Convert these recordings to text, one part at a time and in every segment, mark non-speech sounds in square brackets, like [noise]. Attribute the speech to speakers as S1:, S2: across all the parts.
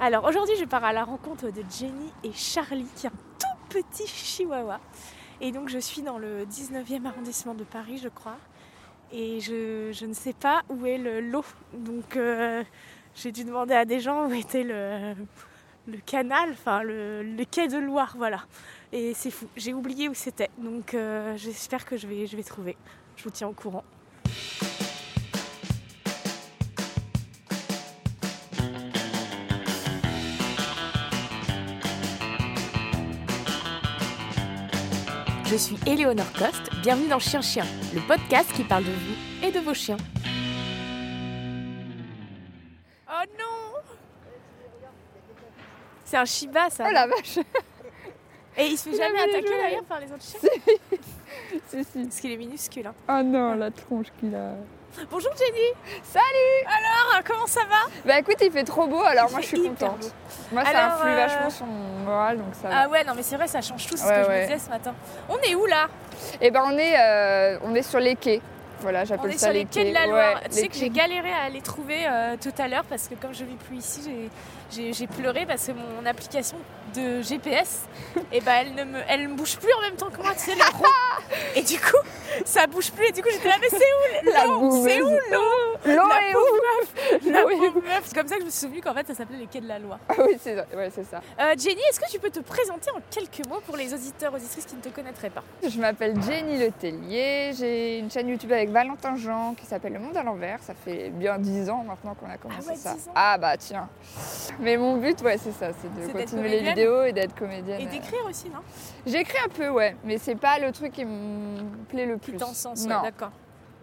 S1: Alors aujourd'hui, je pars à la rencontre de Jenny et Charlie, qui est un tout petit chihuahua. Et donc je suis dans le 19e arrondissement de Paris, je crois. Et je, je ne sais pas où est le lot. Donc euh, j'ai dû demander à des gens où était le, le canal, enfin le, le quai de Loire, voilà. Et c'est fou, j'ai oublié où c'était. Donc euh, j'espère que je vais, je vais trouver. Je vous tiens au courant.
S2: Je suis Éléonore Coste, bienvenue dans Chien Chien, le podcast qui parle de vous et de vos chiens.
S1: Oh non C'est un Shiba ça.
S3: Oh la vache [laughs]
S1: Et il se fait
S3: Il
S1: jamais
S3: avait les
S1: attaquer
S3: jouets.
S1: d'ailleurs par les autres chiens
S3: Si, si.
S1: parce qu'il est minuscule. hein.
S3: Oh non, la tronche qu'il a.
S1: Bonjour Jenny
S3: Salut
S1: Alors, euh, comment ça va
S3: Bah écoute, il fait trop beau, alors moi
S1: Il
S3: je
S1: fait
S3: suis
S1: hyper
S3: contente. Moi ça
S1: Alors,
S3: influe
S1: euh,
S3: vachement sur mon moral, donc ça va.
S1: Ah ouais, non mais c'est vrai, ça change tout c'est ce
S3: Ouais,
S1: que je
S3: ouais.
S1: me disais ce matin. On est où là
S3: Et ben on est, euh, on est sur les quais. Voilà,
S1: On
S3: j'appelle
S1: est
S3: ça
S1: sur les quais de la
S3: Ouais,
S1: Loire. tu sais
S3: les
S1: que j'ai
S3: quais.
S1: galéré à les trouver euh, tout à l'heure parce que comme je vis plus ici, j'ai- j'ai- j'ai pleuré parce que mon application de
S3: [laughs]
S1: GPS, et ben elle ne me, elle me bouge plus en même temps que moi, tu sais, le rond. Et du coup, ça bouge plus. Et du coup, j'étais là, mais c'est où
S3: La
S1: l'eau C'est où
S3: boumeuse. [laughs]
S1: l'eau
S3: L'eau
S1: La hein.
S3: est où
S1: La
S3: L'eau est où
S1: pauvre meuf. C'est comme ça que je me suis souvenu qu'en fait, ça s'appelait les quais de la Loire.
S3: [laughs] Ah oui, c'est ça. Ouais, c'est ça.
S1: Euh, Jenny, est-ce que tu peux te présenter en quelques mots pour les auditeurs, auditrices qui ne te connaîtraient pas
S3: Je
S1: Ah.
S3: m'appelle Jenny Le Tellier, j'ai une chaîne YouTube avec Valentin Jean qui s'appelle Le Monde à l'envers. Ça fait bien 10 ans maintenant qu'on a commencé
S1: ouais,
S3: ça.
S1: 10 ans.
S3: Ah bah tiens. Mais mon but, ouais, c'est ça, c'est
S1: C'est
S3: de
S1: d'être
S3: continuer les
S1: comédienne.
S3: vidéos et d'être comédienne.
S1: Et
S3: euh,
S1: d'écrire aussi, non
S3: J'écris un peu, ouais, mais c'est pas le truc qui me plaît le plus.
S1: Dans le sens, ouais,
S3: non.
S1: d'accord.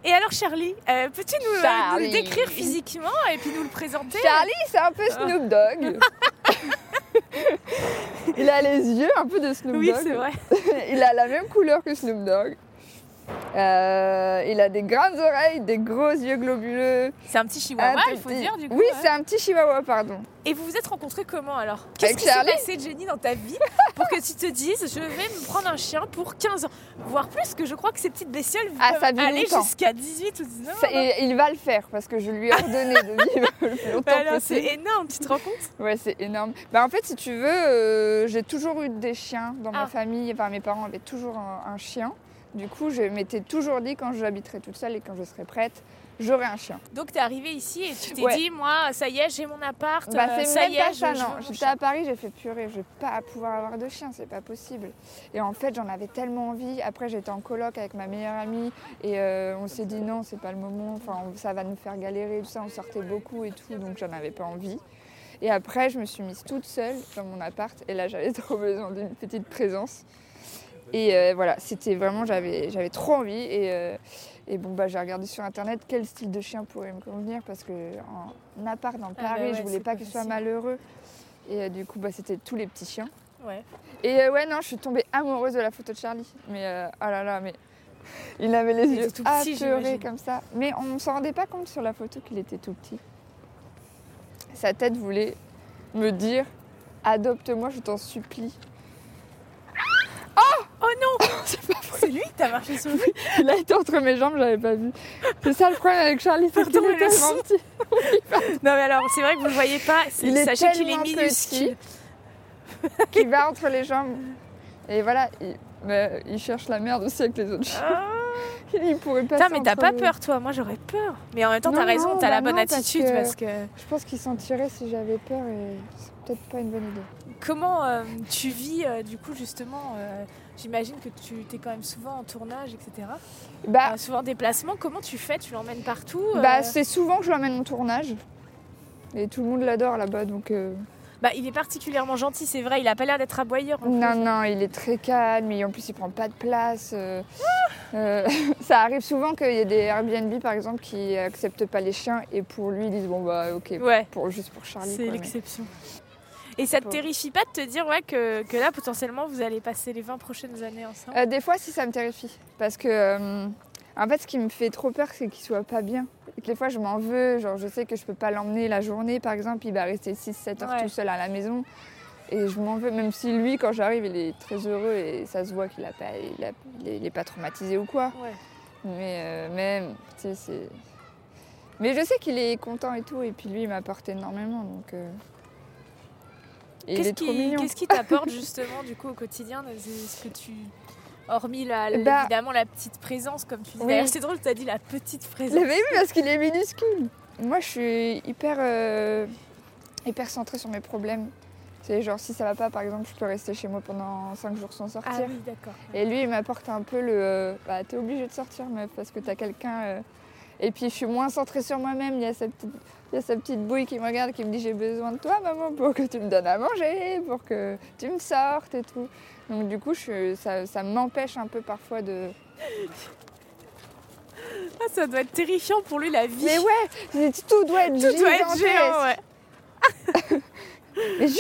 S1: Et alors Charlie, euh, peux-tu nous, euh, nous le
S3: Charlie.
S1: décrire physiquement et puis nous le présenter
S3: Charlie, c'est un peu
S1: Ah.
S3: Snoop
S1: [laughs]
S3: Dogg. il a les yeux un peu de Snoop
S1: Oui,
S3: Dogg.
S1: c'est vrai.
S3: il a la même couleur que Snoop Dogg. Euh, il a des grandes oreilles, des gros yeux globuleux.
S1: C'est un petit chihuahua,
S3: un
S1: bah, il faut
S3: petit-
S1: dire du coup.
S3: oui,
S1: ouais.
S3: c'est un petit chihuahua, pardon.
S1: Et vous vous êtes rencontrés comment alors Qu'est-ce
S3: Avec
S1: qui s'est
S3: Charlie
S1: passé, Jenny, dans ta vie pour que tu te dises je vais me prendre un chien pour 15 ans Voire plus, que je crois que ces petites bestioles
S3: Ah,
S1: peuvent
S3: ça vit
S1: aller
S3: longtemps.
S1: jusqu'à 18 ou 19
S3: Ça-
S1: ans. hein.
S3: et il va le faire parce que je lui ai ordonné de
S1: [laughs]
S3: vivre le plus
S1: Bah
S3: longtemps
S1: alors, c'est
S3: possible.
S1: énorme, tu te rends compte
S3: Ouais, c'est énorme. Bah, en fait, si tu veux, euh, j'ai toujours eu des chiens dans
S1: Ah.
S3: ma famille. Enfin, mes parents avaient toujours un, un chien. Du coup, je m'étais toujours dit quand j'habiterai toute seule et quand je serai prête, j'aurai un chien.
S1: Donc t'es arrivée ici et tu t'es
S3: Ouais.
S1: dit moi ça y est j'ai mon appart,
S3: bah,
S1: euh,
S3: c'est
S1: ça
S3: même
S1: y
S3: pas
S1: est je,
S3: ça,
S1: je
S3: non.
S1: veux mon
S3: J'étais
S1: chien.
S3: à Paris, j'ai fait purée, je vais pas pouvoir avoir de chien, c'est pas possible. Et en fait, j'en avais tellement envie. Après, j'étais en coloc avec ma meilleure amie et euh, on s'est dit non, c'est pas le moment, enfin, on- ça va nous faire galérer, tout ça. On sortait beaucoup et tout, donc j'en avais pas envie. Et après, je me suis mise toute seule dans mon appart et là, j'avais [laughs] trop besoin d'une petite présence. Et euh, voilà, c'était vraiment, j'avais j'avais trop envie. Et, euh, et bon, bah, j'ai regardé sur internet quel style de chien pourrait me convenir parce que en appart dans Paris,
S1: bah ouais,
S3: je
S1: c'est
S3: voulais pas
S1: pas
S3: qu'il soit
S1: facile.
S3: malheureux. Et euh, du coup, bah, c'était tous les petits chiens. [laughs]
S1: Ouais.
S3: Et euh, ouais, non, je suis tombée amoureuse de la photo de Charlie. Mais euh, oh là là, mais [laughs] il avait les
S1: Il était
S3: yeux
S1: tout
S3: tout
S1: petit, j'imagine.
S3: comme ça. Mais on s'en rendait pas compte sur la photo qu'il était tout petit. Sa tête voulait me dire adopte-moi, je t'en supplie.
S1: Oh non C'est lui qui t'a marché sur le cul.
S3: [laughs] Il a été entre mes jambes, j'avais pas vu. C'est ça le problème avec Charlie, c'est qu'il
S1: Pardon,
S3: est
S1: le
S3: tellement
S1: son.
S3: petit.
S1: [laughs] Non mais alors c'est vrai que vous le voyez pas, c'est-
S3: Il est
S1: sachez qu'il est
S3: tellement
S1: minuscule.
S3: petit [laughs] qu'il va entre les jambes. Et voilà, il, mais il cherche la merde aussi avec les autres [laughs] chiens.
S1: Ah.
S3: Il pourrait pas.
S1: Putain mais t'as pas peur toi, moi j'aurais peur. Mais en même temps t'as
S3: Non,
S1: raison,
S3: non,
S1: t'as la
S3: bah
S1: bonne
S3: non, parce
S1: attitude
S3: que-
S1: parce que...
S3: Je pense qu'il s'en tirait si j'avais peur et c'est peut-être pas une bonne idée.
S1: Comment euh, tu vis euh, du coup justement euh, J'imagine que tu t'es quand même souvent en tournage, etc.
S3: Bah,
S1: Euh, souvent en déplacement, comment tu fais Tu l'emmènes partout euh,
S3: bah c'est souvent que je l'emmène en tournage. Et tout le monde l'adore là-bas, donc... euh,
S1: bah, il est particulièrement gentil, c'est vrai, il a pas l'air d'être aboyeur. en
S3: Non,
S1: plus.
S3: non, il est très calme, et en plus il prend pas de place. euh, euh, [laughs] ça arrive souvent qu'il y ait des Airbnb par exemple qui acceptent pas les chiens et pour lui ils disent bon bah ok,
S1: Ouais,
S3: pour, juste pour Charlie.
S1: c'est
S3: quoi, mais-
S1: l'exception. Et ça te
S3: Faut-
S1: terrifie pas de te dire ouais, que, que là potentiellement vous allez passer les 20 prochaines années ensemble
S3: Euh, des fois, si ça me terrifie. Parce que, euh, en fait, ce qui me fait trop peur, c'est qu'il soit pas bien. Et que des fois, je m'en veux. Genre, je sais que je peux pas l'emmener la journée, par exemple. Il va rester 6-7 heures
S1: Ouais.
S3: tout seul à la maison. Et je m'en veux, même si lui, quand j'arrive, il est très heureux et ça se voit qu'il a pas, il a- il est, il est pas traumatisé ou quoi.
S1: Ouais.
S3: Mais euh, même, tu sais, c'est. Mais je sais qu'il est content et tout. Et puis lui, il m'apporte énormément. Donc, euh, Et il est trop
S1: qui,
S3: mignon.
S1: qu'est-ce qui
S3: [laughs]
S1: t'apporte justement du coup au quotidien de ce que tu hormis la, la-
S3: Bah.
S1: évidemment la petite présence comme tu dis.
S3: Oui.
S1: D'ailleurs c'est drôle, tu as dit la petite
S3: Vous
S1: présence.
S3: l'avez vu parce qu'il est minuscule. Moi, je suis hyper, euh, hyper centrée sur mes problèmes. C'est genre, si ça va pas, par exemple, je peux rester chez moi pendant 5 jours sans
S1: Ah
S3: sortir.
S1: oui, d'accord.
S3: Et lui, il m'apporte un peu le. euh, bah, t'es obligé de sortir, meuf, parce que t'as quelqu'un. euh. Et puis, je suis moins centrée sur moi-même. Il y a sa petite, il y a sa petite bouille qui me regarde, qui me dit J'ai besoin de toi, maman, pour que tu me donnes à manger, pour que tu me sortes et tout. Donc, du coup, je, suis- ça, ça m'empêche un peu parfois de.
S1: Ah, ça doit être terrifiant pour lui la vie.
S3: Mais ouais, c'est- tout doit
S1: [laughs]
S3: être
S1: Tout doit être
S3: gigantesque.
S1: géant, ouais.
S3: Mais ju-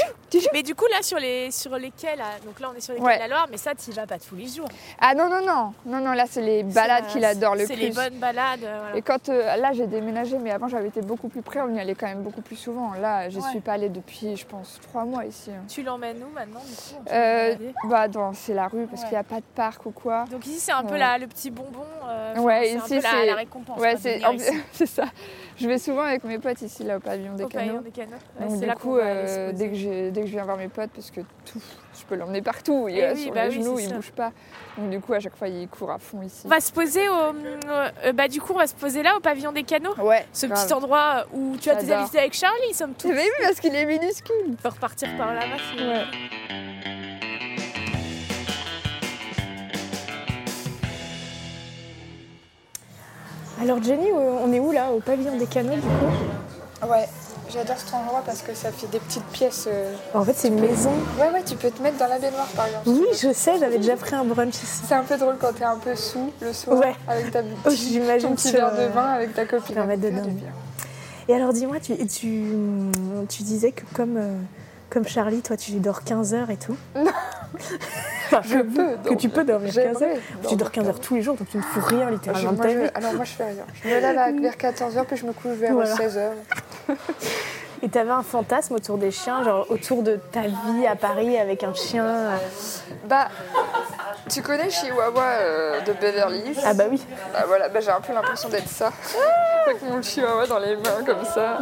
S1: Mais du coup là sur les sur les quais là, donc là on est sur les quais
S3: Ouais.
S1: de la Loire, mais ça t'y vas pas tous les jours.
S3: Ah non, non, non, non, non, là c'est les balades
S1: C'est, euh,
S3: qu'il adore le
S1: c'est
S3: plus.
S1: les bonnes balades. euh, voilà.
S3: Et quand euh, là j'ai déménagé, mais avant j'avais été beaucoup plus près, on y allait quand même beaucoup plus souvent. Là, j'y
S1: Ouais.
S3: suis pas allée depuis, je pense, trois mois ici. hein.
S1: Tu l'emmènes où maintenant du coup on peut
S3: Euh,
S1: regarder.
S3: Bah, dans, c'est la rue parce
S1: Ouais.
S3: qu'il n'y a pas de parc ou quoi.
S1: Donc ici c'est un peu
S3: ouais.
S1: la, le petit bonbon. euh, enfin,
S3: Ouais,
S1: c'est un
S3: ici,
S1: peu la- la,
S3: c'est-
S1: récompense.
S3: ouais,
S1: quoi, de
S3: c'est,
S1: venir
S3: [laughs] en-
S1: ici,
S3: c'est ça. Je vais souvent avec mes potes ici, là, au pavillon des
S1: au
S3: canaux.
S1: Paillon des Canaux. Ouais,
S3: Donc,
S1: c'est
S3: du
S1: là qu'on
S3: coup,
S1: va aller se
S3: euh,
S1: poser.
S3: dès, que j'ai- dès que je viens voir mes potes, parce que tout, je peux l'emmener partout, il
S1: Eh
S3: a
S1: oui,
S3: sur
S1: bah
S3: les
S1: oui,
S3: genoux,
S1: c'est
S3: il
S1: ça.
S3: bouge pas. Donc, du coup, à chaque fois, il court à fond ici.
S1: On va se poser au. euh, bah, du coup, on va se poser là, au pavillon des canaux.
S3: Ouais,
S1: Ce
S3: grave.
S1: petit endroit où tu as tes
S3: J'adore.
S1: invités avec Charlie, somme
S3: T'as
S1: toute.
S3: vu parce qu'il est minuscule.
S1: On peut repartir par là-bas. si-
S3: Ouais.
S1: Alors, Jenny, on est où là Au pavillon des canaux, du coup
S3: Ouais, j'adore cet endroit parce que ça fait des petites pièces. euh.
S1: En fait, c'est une maison.
S3: Ouais, ouais, tu peux te mettre dans la baignoire par exemple.
S1: Oui, je sais, j'avais [laughs] déjà pris un brunch ici.
S3: C'est un peu drôle quand t'es un peu sous le soir
S1: Ouais.
S3: avec ta
S1: Oh,
S3: petite-
S1: J'imagine
S3: ton petit
S1: sur,
S3: verre de
S1: euh,
S3: vin avec ta copine.
S1: un verre de
S3: Ça fait
S1: dingue.
S3: du bien.
S1: Et alors, dis-moi, tu, tu, tu disais que comme, euh, comme Charlie, toi, tu dors 15 heures et tout.
S3: Non.
S1: Enfin,
S3: Je
S1: que,
S3: peux
S1: que tu
S3: dormir.
S1: peux dormir 15 heures.
S3: J'aimerais
S1: Tu
S3: dormir
S1: dors 15 heures tous les jours, donc tu ne fous rien
S3: Je-
S1: littéralement de
S3: Ah, moi,
S1: ta
S3: je-
S1: vie.
S3: alors moi je fais rien. Je me lève à- vers 14h puis je me couche vers
S1: Voilà.
S3: 16h.
S1: Et t'avais un fantasme autour des chiens, genre autour de ta vie à Paris avec un chien. euh,
S3: Bah, tu connais Chihuahua euh, de Beverly Hills
S1: Ah bah oui.
S3: Bah voilà, bah j'ai un peu l'impression d'être ça.
S1: Ah.
S3: Avec mon chihuahua dans les mains comme ça.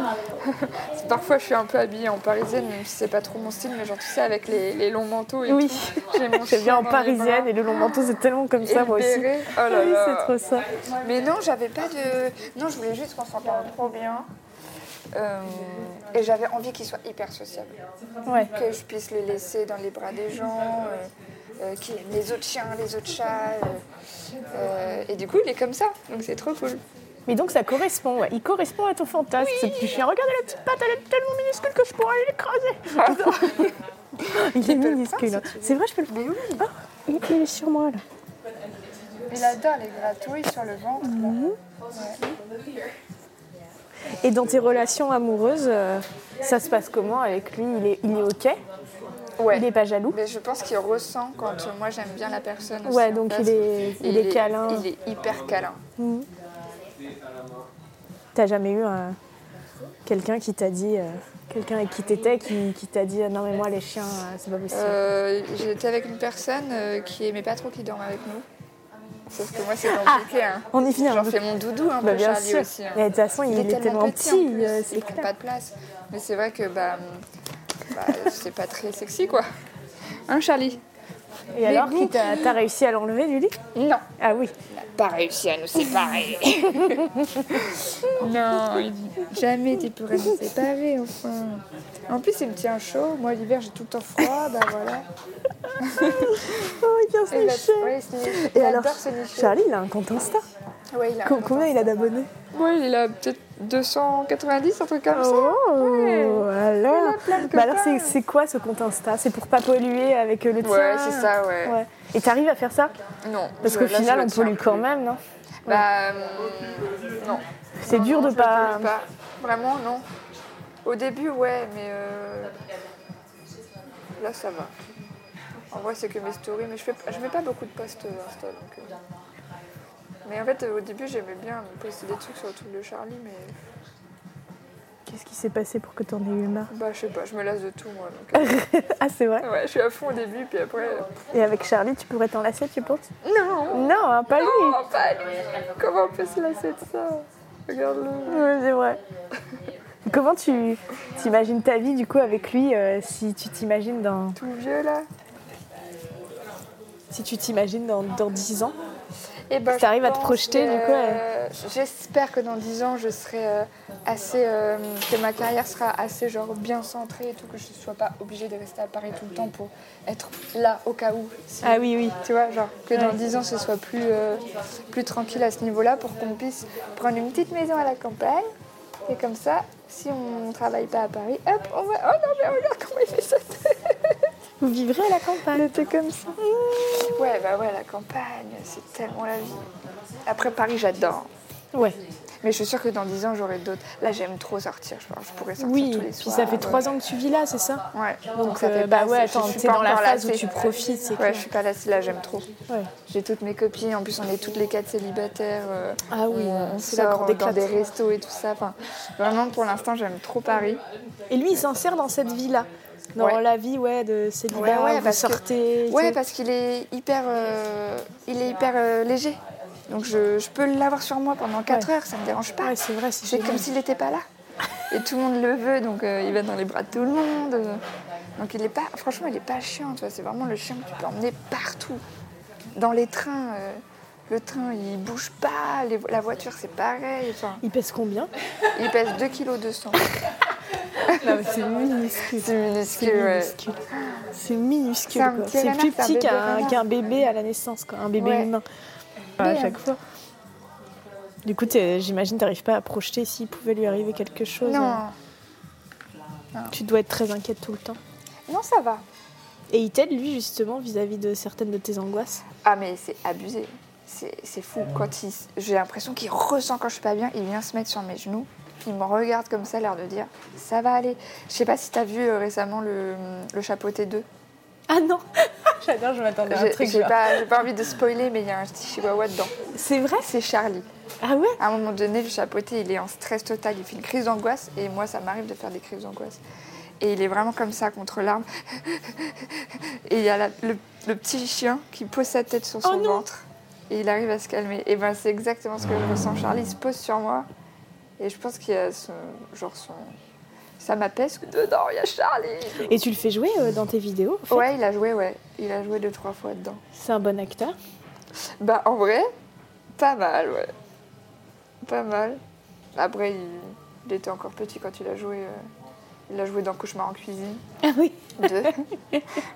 S3: [laughs] Parfois je suis un peu habillée en parisienne, même si c'est pas trop mon style, mais genre tu sais avec les, les longs manteaux et
S1: Oui.
S3: tout.
S1: [laughs]
S3: J'ai mon
S1: C'est bien
S3: chien
S1: en
S3: dans les
S1: parisienne
S3: bras
S1: et le long manteau, c'est tellement comme
S3: et
S1: ça,
S3: le
S1: moi aussi.
S3: béret. Oh là
S1: Oui,
S3: là.
S1: c'est trop ça.
S3: Mais non, j'avais pas de. Non, je voulais juste qu'on s'entende trop bien. Euh, et j'avais envie qu'il soit hyper sociable.
S1: Ouais.
S3: Que je puisse le laisser dans les bras des gens, euh, euh, qu'il aime les autres chiens, les autres chats. euh, euh, et du coup, il est comme ça, donc c'est trop cool.
S1: Mais donc ça correspond, ouais. Il correspond à ton fantasme, ce petit chien. Regardez la petite patte, elle est tellement minuscule que je pourrais l'écraser.
S3: [laughs]
S1: Il est
S3: peux le
S1: minuscule.
S3: prendre,
S1: hein. C'est vrai, je peux le prendre. Ah, il il est sur moi là.
S3: Il adore les gratouilles sur le ventre.
S1: Mhm. Et dans tes relations amoureuses, euh, ça se passe comment avec lui Il est, il est ok
S3: Ouais.
S1: Il n'est pas jaloux
S3: Mais je pense qu'il ressent quand euh, moi j'aime bien la personne. aussi,
S1: Ouais,
S3: en
S1: donc
S3: face.
S1: il est, il est câlin.
S3: Il est hyper câlin.
S1: T'as jamais eu un- quelqu'un qui t'a dit, euh, quelqu'un avec qui t'étais, qui, qui t'a dit ah non mais moi les chiens euh, c'est pas possible.
S3: Euh, J'étais avec une personne euh, qui aimait pas trop qu'il dorme avec nous. Sauf que moi c'est compliqué. hein.
S1: On y vient.
S3: J'en fais mon doudou un peu,
S1: Ah, Bah, bien
S3: Charlie
S1: sûr.
S3: aussi. hein.
S1: Mais de toute façon il, est tellement, petit,
S3: en plus,
S1: euh,
S3: il
S1: c'est
S3: prend
S1: clair.
S3: pas de place. Mais c'est vrai que bah, bah, c'est pas très sexy quoi. Hein Charlie
S1: Et alors
S3: goûts.
S1: qui t'a t'as réussi à l'enlever du lit
S3: Non,
S1: Ah oui.
S3: il a pas réussi à nous [laughs] séparer. non, il- jamais tu pourrais nous séparer enfin. En plus il me tient chaud, moi l'hiver j'ai tout le temps froid, bah voilà.
S1: Oh il vient se
S3: Et, il va-
S1: lécher.
S3: ouais, il se niche.
S1: Et
S3: Il
S1: alors
S3: adore se nicher.
S1: Charlie il a un compte Insta.
S3: Ouais, il a un
S1: Com- Combien il a d'abonnés
S3: Ouais, il a peut-être 290, un truc comme ça.
S1: Oh alors.
S3: plein de
S1: Bah alors c'est
S3: copains.
S1: c'est quoi ce compte Insta C'est pour pas polluer avec euh, le tien.
S3: Ouais, c'est ça, ouais.
S1: Ouais. Bah, Et t'arrives à faire ça
S3: Non.
S1: Parce
S3: je-
S1: qu'au
S3: là, je
S1: final
S3: le
S1: on
S3: tiens
S1: pollue
S3: plus.
S1: quand même non
S3: Bah, euh, non.
S1: C'est
S3: Non,
S1: dur
S3: non,
S1: de
S3: je le
S1: pas.
S3: pollue Vraiment, non. Au début, ouais, mais euh, là, ça va. En vrai, c'est que mes stories, mais je fais, je mets pas beaucoup de posts Insta, donc. euh. Mais en fait, euh, au début, j'aimais bien poster des trucs sur le truc de Charlie, mais
S1: Qu'est-ce qui s'est passé pour que t'en aies eu marre
S3: bah, je sais pas, je me lasse de tout, moi. Donc,
S1: Ah c'est vrai. [laughs]
S3: euh, ouais, je suis à fond au début, puis après. euh,
S1: Et avec Charlie, tu pourrais t'en lasser, tu penses
S3: Non
S1: Non, hein, pas lui.
S3: Oh, pas lui Comment on peut se lasser de ça Regarde-le.
S1: Ouais, c'est vrai.
S4: Comment tu t'imagines ta vie du coup avec lui euh, si tu t'imagines dans
S3: Tout vieux là
S4: si tu t'imagines dans, dans 10 ans
S3: Et ben,
S4: Si t'arrives
S3: je
S4: à te
S3: pense
S4: projeter,
S3: que,
S4: du coup, elle-
S3: euh, J'espère que dans 10 ans, je serai euh, assez. euh, que ma carrière sera assez genre bien centrée et tout, que je ne sois pas obligée de rester à Paris tout le temps pour être là au cas où. si-
S4: Ah oui oui.
S3: Tu vois, genre que dans
S4: Ouais.
S3: 10 ans, ce soit plus, euh, plus tranquille à ce niveau-là pour qu'on puisse prendre une petite maison à la campagne. Et comme ça, si on ne travaille pas à Paris, hop, on va. Oh non, mais regarde comment il fait ça
S4: Vous vivrez à la campagne.
S3: comme ça. Ouais, bah ouais, la campagne, c'est tellement la vie. Après Paris, j'adore.
S4: Ouais.
S3: Mais je suis sûre que dans 10 ans, j'aurai d'autres. Là, j'aime trop sortir, je pense. Je pourrais sortir
S4: Oui.
S3: tous les
S4: Puis
S3: soirs.
S4: ça fait 3 ans que tu vis là, c'est ça
S3: ans. Ouais.
S4: Donc,
S3: Donc ça
S4: euh,
S3: fait
S4: bah
S3: pas-
S4: ouais,
S3: je
S4: attends,
S3: suis
S4: t'es
S3: pas
S4: dans la
S3: encore
S4: phase où
S3: lassée.
S4: tu profites, c'est
S3: Ouais,
S4: clair.
S3: je suis pas lassée, là, j'aime trop.
S4: Ouais.
S3: J'ai toutes mes copines, en plus, on est toutes les quatre célibataires. euh,
S4: Ah oui,
S3: on, on
S4: c'est la
S3: sort
S4: grande
S3: on- dans
S4: éclate.
S3: des restos et tout ça. Enfin, vraiment, pour l'instant, j'aime trop Paris.
S4: Et lui, il s'insère dans cette vie-là. Dans
S3: Ouais.
S4: la vie, ouais, de célibataire,
S3: Ouais, ouais,
S4: vous
S3: parce que-
S4: sortez.
S3: Ouais,
S4: tu sais.
S3: parce qu'il est hyper, euh, il est hyper euh, léger. Donc je, je peux l'avoir sur moi pendant 4 heures, ça me dérange pas.
S4: Ouais, c'est vrai, c'est
S3: Je fais
S4: génial.
S3: comme s'il n'était pas là. Et tout le monde le veut, donc euh, il va dans les bras de tout le monde. euh. Donc il est pas, franchement, il est pas chiant, tu vois. C'est vraiment le chien que tu peux emmener partout. Dans les trains, euh, le train, il bouge pas. les- la voiture, c'est pareil. Enfin,
S4: Il pèse
S3: [laughs]
S4: combien
S3: il pèse 2,2 kg.
S4: Non, mais c'est minuscule.
S3: C'est
S4: C'est
S3: minuscule, ouais.
S4: minuscule. C'est minuscule,
S3: C'est un
S4: quoi.
S3: petit
S4: C'est
S3: renard,
S4: plus
S3: c'est un
S4: petit
S3: bébé
S4: qu'un
S3: renard.
S4: qu'un bébé à la naissance, quoi. Un bébé
S3: Ouais.
S4: humain.
S3: Bébé,
S4: à chaque fois. Du coup, t'es- j'imagine, t'arrives pas à projeter s'il pouvait lui arriver quelque chose.
S3: Non,
S4: Tu dois être très inquiète tout le temps.
S3: non, ça va.
S4: Et il t'aide, lui, justement, vis-à-vis de certaines de tes angoisses.
S3: Ah mais c'est abusé. C'est c'est fou. Quand il, j'ai l'impression qu'il ressent quand je suis pas bien, il vient se mettre sur mes genoux, puis il me regarde comme ça, l'air de dire ça va aller. Je sais pas si t'as vu euh, récemment le, le Chapeauté 2.
S4: Ah non J'adore, je m'attendais à un
S3: J'ai-
S4: truc.
S3: J'ai
S4: genre.
S3: pas, j'ai pas envie de spoiler, mais il y a un petit chihuahua dedans.
S4: C'est vrai
S3: C'est Charlie.
S4: Ah ouais
S3: À un moment donné, le chapeauté, il est en stress total, il fait une crise d'angoisse, et moi, ça m'arrive de faire des crises d'angoisse. Et il est vraiment comme ça, contre l'arbre. [laughs] et il y a la- le, le petit chien qui pose sa tête sur son
S4: non.
S3: ventre, et il arrive à se calmer. Et ben, c'est exactement ce que je ressens. Charlie il se pose sur moi, et je pense qu'il y a son. Genre son. Ça m'apaise que dedans, il y a
S4: [laughs]
S3: Charlie.
S4: Et tu le fais jouer euh, dans tes vidéos en fait.
S3: Ouais, il a joué, ouais. Il a joué deux, trois fois dedans.
S4: C'est un bon acteur.
S3: Bah en vrai, pas mal, ouais. Pas mal. Après, il, il était encore petit quand il a joué. euh, il a joué dans Cauchemar en cuisine.
S4: Ah oui [laughs]
S3: deux,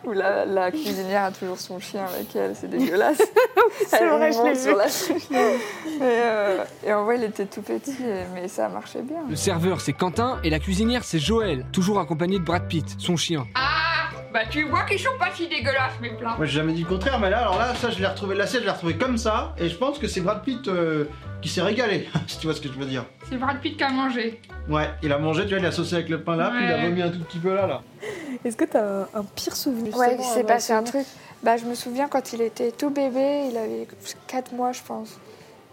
S3: où la, la cuisinière a toujours son chien avec elle, c'est dégueulasse.
S4: [laughs] c'est
S3: Elle
S4: vrai,
S3: lui
S4: je l'ai
S3: monte
S4: vu.
S3: sur la cheminée. et, euh, et en vrai, il était tout petit, et- mais ça marchait bien.
S5: Le serveur, c'est Quentin, et la cuisinière, c'est Joël, toujours accompagné de Brad Pitt, son chien.
S6: Bah tu vois qu'ils sont pas si dégueulasses mes plats.
S7: Moi j'ai jamais dit le contraire, mais là, alors là, ça je l'ai retrouvé, l'assiette je l'ai retrouvé comme ça, et je pense que c'est Brad Pitt euh, qui s'est régalé, [laughs] si tu vois ce que je veux dire.
S6: C'est Brad Pitt qui a mangé.
S7: Ouais, il a mangé, tu vois, il a saucé avec le pain là, puis il a
S6: Ouais.
S7: vomi un tout petit peu là, là.
S4: Est-ce que t'as un, un pire souvenir
S3: euh, Ouais, il
S4: justement,
S3: s'est
S4: un
S3: passé un
S4: souvenir
S3: truc. Bah, je me souviens quand il était tout bébé, il avait 4 mois, je pense.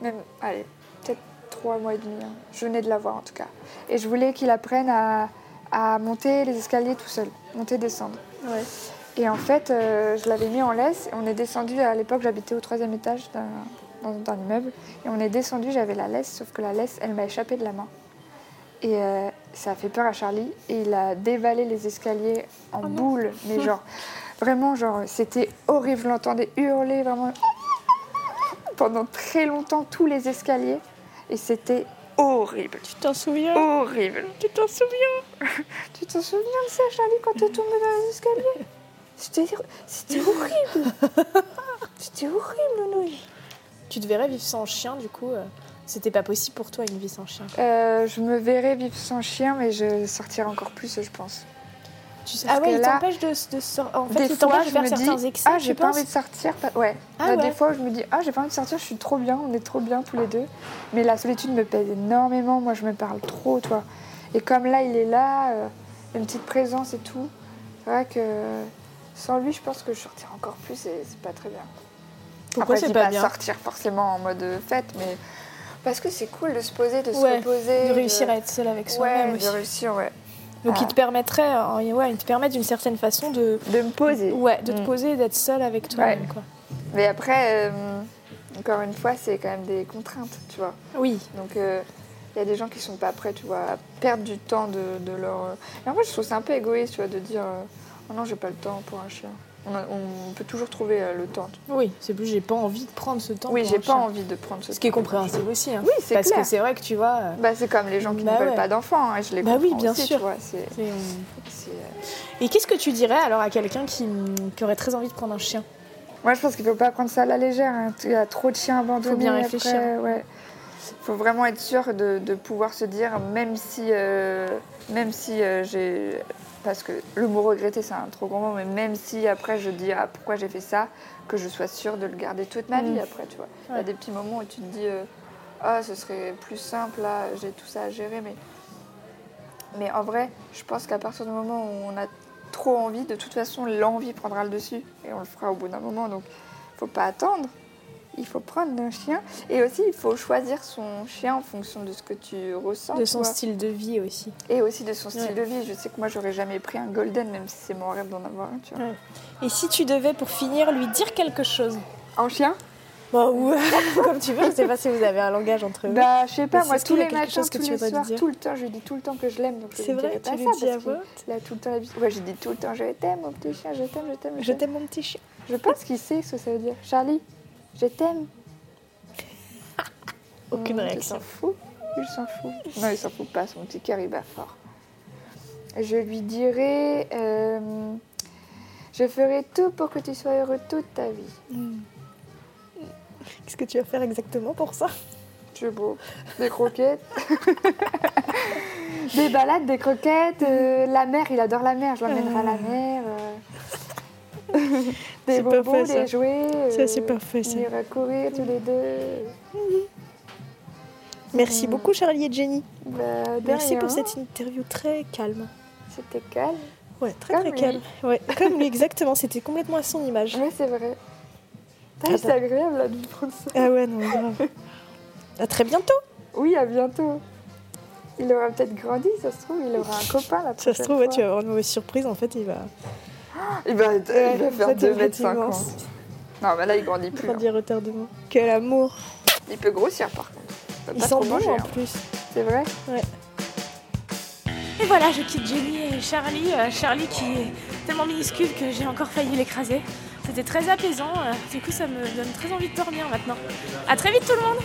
S3: Même, allez, peut-être 3 mois et demi. hein. Je venais de l'avoir en tout cas. Et je voulais qu'il apprenne à, à monter les escaliers tout seul, monter, descendre.
S4: Ouais.
S3: Et en fait, euh, je l'avais mis en laisse. et On est descendu, à l'époque, j'habitais au troisième étage d'un dans- d'un immeuble. Et on est descendu, j'avais la laisse, sauf que la laisse, elle m'a échappé de la main. Et euh, ça a fait peur à Charlie. Et il a dévalé les escaliers
S4: Ah
S3: en boule. Mais genre, vraiment, genre, c'était horrible. Je l'entendais hurler vraiment pendant très longtemps tous les escaliers. Et c'était horrible.
S4: Tu t'en souviens
S3: Horrible.
S4: Tu t'en souviens
S3: [laughs] Tu t'en souviens de ça, Charlie, quand t'es tombé dans les escaliers C'était c'était horrible. C'était horrible, Nonoï.
S4: Tu te verrais vivre sans chien, du coup euh, C'était pas possible pour toi une vie sans chien.
S3: Euh, je me verrais vivre sans chien, mais je sortirai encore plus, je pense.
S4: Tu sais,
S3: Parce
S4: ah ouais,
S3: que
S4: il
S3: là,
S4: t'empêche de, de sortir. En fait,
S3: des
S4: il
S3: fois,
S4: t'empêche
S3: je
S4: de
S3: me
S4: faire certains
S3: dis,
S4: excès.
S3: ah,
S4: tu
S3: j'ai pas
S4: penses
S3: envie de sortir. pas- Ouais.
S4: Ah
S3: Bah,
S4: ouais.
S3: Des fois, je me dis, ah, j'ai pas envie de sortir, je suis trop bien, on est trop bien tous les deux. Mais la solitude me pèse énormément, moi, je me parle trop, toi. Et comme là, il est là, euh, une petite présence et tout, c'est vrai que sans lui, je pense que je sortirais encore plus et c'est pas très bien.
S4: Pourquoi
S3: Après, je
S4: c'est
S3: dis
S4: pas bien
S3: sortir forcément en mode euh, fête, mais parce que c'est cool de se poser, de se
S4: Ouais,
S3: reposer.
S4: De réussir à être seul avec
S3: Ouais,
S4: soi-même
S3: de
S4: aussi.
S3: réussir, ouais.
S4: Donc, il
S3: Ah.
S4: te permettrait, euh, ouais, il te permet d'une certaine façon de,
S3: De me poser.
S4: ouais, de te
S3: Mm.
S4: poser et d'être seul avec toi-même.
S3: Ouais.
S4: quoi.
S3: Mais après, euh, encore une fois, c'est quand même des contraintes, tu vois.
S4: Oui,
S3: Donc, euh, Il y a des gens qui sont pas prêts, tu vois, à perdre du temps de, de leur. Et en fait, je trouve c'est un peu égoïste, tu vois, de dire euh, oh non, j'ai pas le temps pour un chien. On, a- on peut toujours trouver euh, le temps. tu
S4: Oui, c'est plus j'ai pas envie de prendre ce temps.
S3: vois. Oui,
S4: pour
S3: j'ai
S4: un
S3: pas
S4: chien.
S3: envie de prendre ce.
S4: Ce qui est
S3: temps.
S4: compréhensible aussi. hein.
S3: Oui, c'est
S4: Parce
S3: clair.
S4: que c'est vrai que tu vois. euh,
S3: Bah, c'est comme les gens qui
S4: Bah
S3: ne veulent
S4: ouais.
S3: pas d'enfants, hein, je les
S4: Bah oui,
S3: comprends
S4: bien
S3: aussi,
S4: sûr.
S3: tu vois. c'est-
S4: c'est, euh,
S3: c'est, euh,
S4: Et qu'est-ce que tu dirais alors à quelqu'un qui, mm, qui aurait très envie de prendre un chien
S3: Moi, je pense qu'il ne faut pas prendre ça à la légère. hein. Il y a trop de chiens abandonnés.
S4: Faut bien
S3: après,
S4: réfléchir.
S3: ouais. faut vraiment être sûr de, de pouvoir se dire, même si, euh, même si euh, j'ai. Parce que le mot regretter, c'est un trop grand mot, mais même si après je dis ah, pourquoi j'ai fait ça, que je sois sûre de le garder toute ma
S4: Mm.
S3: vie après, tu vois. Il y
S4: Ouais.
S3: a des petits moments où tu te dis euh, ah, ce serait plus simple, là, j'ai tout ça à gérer, mais. Mais en vrai, je pense qu'à partir du moment où on a trop envie, de toute façon, l'envie prendra le dessus. Et on le fera au bout d'un moment. Donc, faut pas attendre. Il faut prendre un chien. Et aussi, il faut choisir son chien en fonction de ce que tu ressens.
S4: De
S3: tu
S4: son
S3: vois.
S4: style de vie aussi.
S3: Et aussi de son style
S4: Ouais.
S3: de vie. Je sais que moi, j'aurais jamais pris un golden, même si c'est mon rêve d'en avoir un. Tu vois.
S4: Et si tu devais pour finir lui dire quelque chose
S3: Un chien
S4: Bah ouais, [laughs] comme tu veux, je sais pas si vous avez un langage entre vous.
S3: Bah, je sais pas,
S4: Mais
S3: moi,
S4: est-ce
S3: tous
S4: qu'il y a
S3: les
S4: quelque
S3: matins,
S4: chose que
S3: tous
S4: tu
S3: les
S4: voudrais lui
S3: soirs,
S4: dire
S3: tout le temps, je lui dis tout le temps que je l'aime. Donc, je
S4: c'est
S3: lui dirai
S4: vrai,
S3: pas
S4: tu lui
S3: ça,
S4: dis
S3: parce
S4: à
S3: qu'il-
S4: voix haute.
S3: Là, tout le temps, la vie- Ouais, je dis tout le temps, je t'aime, mon petit chien, je t'aime, je t'aime.
S4: Je t'aime mon petit chien.
S3: Je pense qu'il sait ce que ça veut dire. Charlie, je t'aime.
S4: Aucune
S3: Mmh,
S4: réaction.
S3: Il s'en fout. Il s'en fout. Non, il s'en fout pas. Son petit cœur, il bat fort. Je lui dirais... euh, je ferai tout pour que tu sois heureux toute ta vie.
S4: Qu'est-ce que tu vas faire exactement pour ça
S3: C'est beau. Des
S4: [laughs]
S3: croquettes. des balades, des croquettes. euh, la mer, il adore la mer. Je l'emmènerai à la mer. euh.
S4: Ah. C'est
S3: des
S4: pas
S3: bonbons,
S4: fait, ça.
S3: des jouets.
S4: Ça, c'est
S3: euh,
S4: pas fait, ça.
S3: On ira courir tous les deux.
S4: Merci beaucoup Charlie et Jenny.
S3: Bah, Euh, de
S4: Merci
S3: rien.
S4: pour cette interview très calme.
S3: C'était calme.
S4: Ouais, très
S3: Comme
S4: très
S3: lui.
S4: calme. Ouais, comme lui exactement, c'était complètement à son image.
S3: Oui, c'est vrai. Ah, c'est agréable là, de prendre ça.
S4: Ah ouais, non, grave. À très bientôt.
S3: Oui, à bientôt. Il aura peut-être grandi, ça se trouve, il aura un copain là.
S4: Ça se trouve, ouais, tu vas avoir une mauvaise surprise en fait, il va
S3: Il va, Euh, il va
S4: Ouais, ça,
S3: faire
S4: t'es
S3: 2 mètres
S4: vraiment
S3: 50. Non, mais là, il grandit plus. hein.
S4: grandir retardement. Quel amour.
S3: Il peut grossir par contre. Faut
S4: Il
S3: pas
S4: sent
S3: trop
S4: bon
S3: manger,
S4: en
S3: hein.
S4: plus.
S3: C'est vrai
S1: Et voilà, je quitte Jenny et Charlie. Euh, Charlie qui est tellement minuscule que j'ai encore failli l'écraser. C'était très apaisant. euh, du coup, ça me donne très envie de dormir maintenant. À très vite tout le monde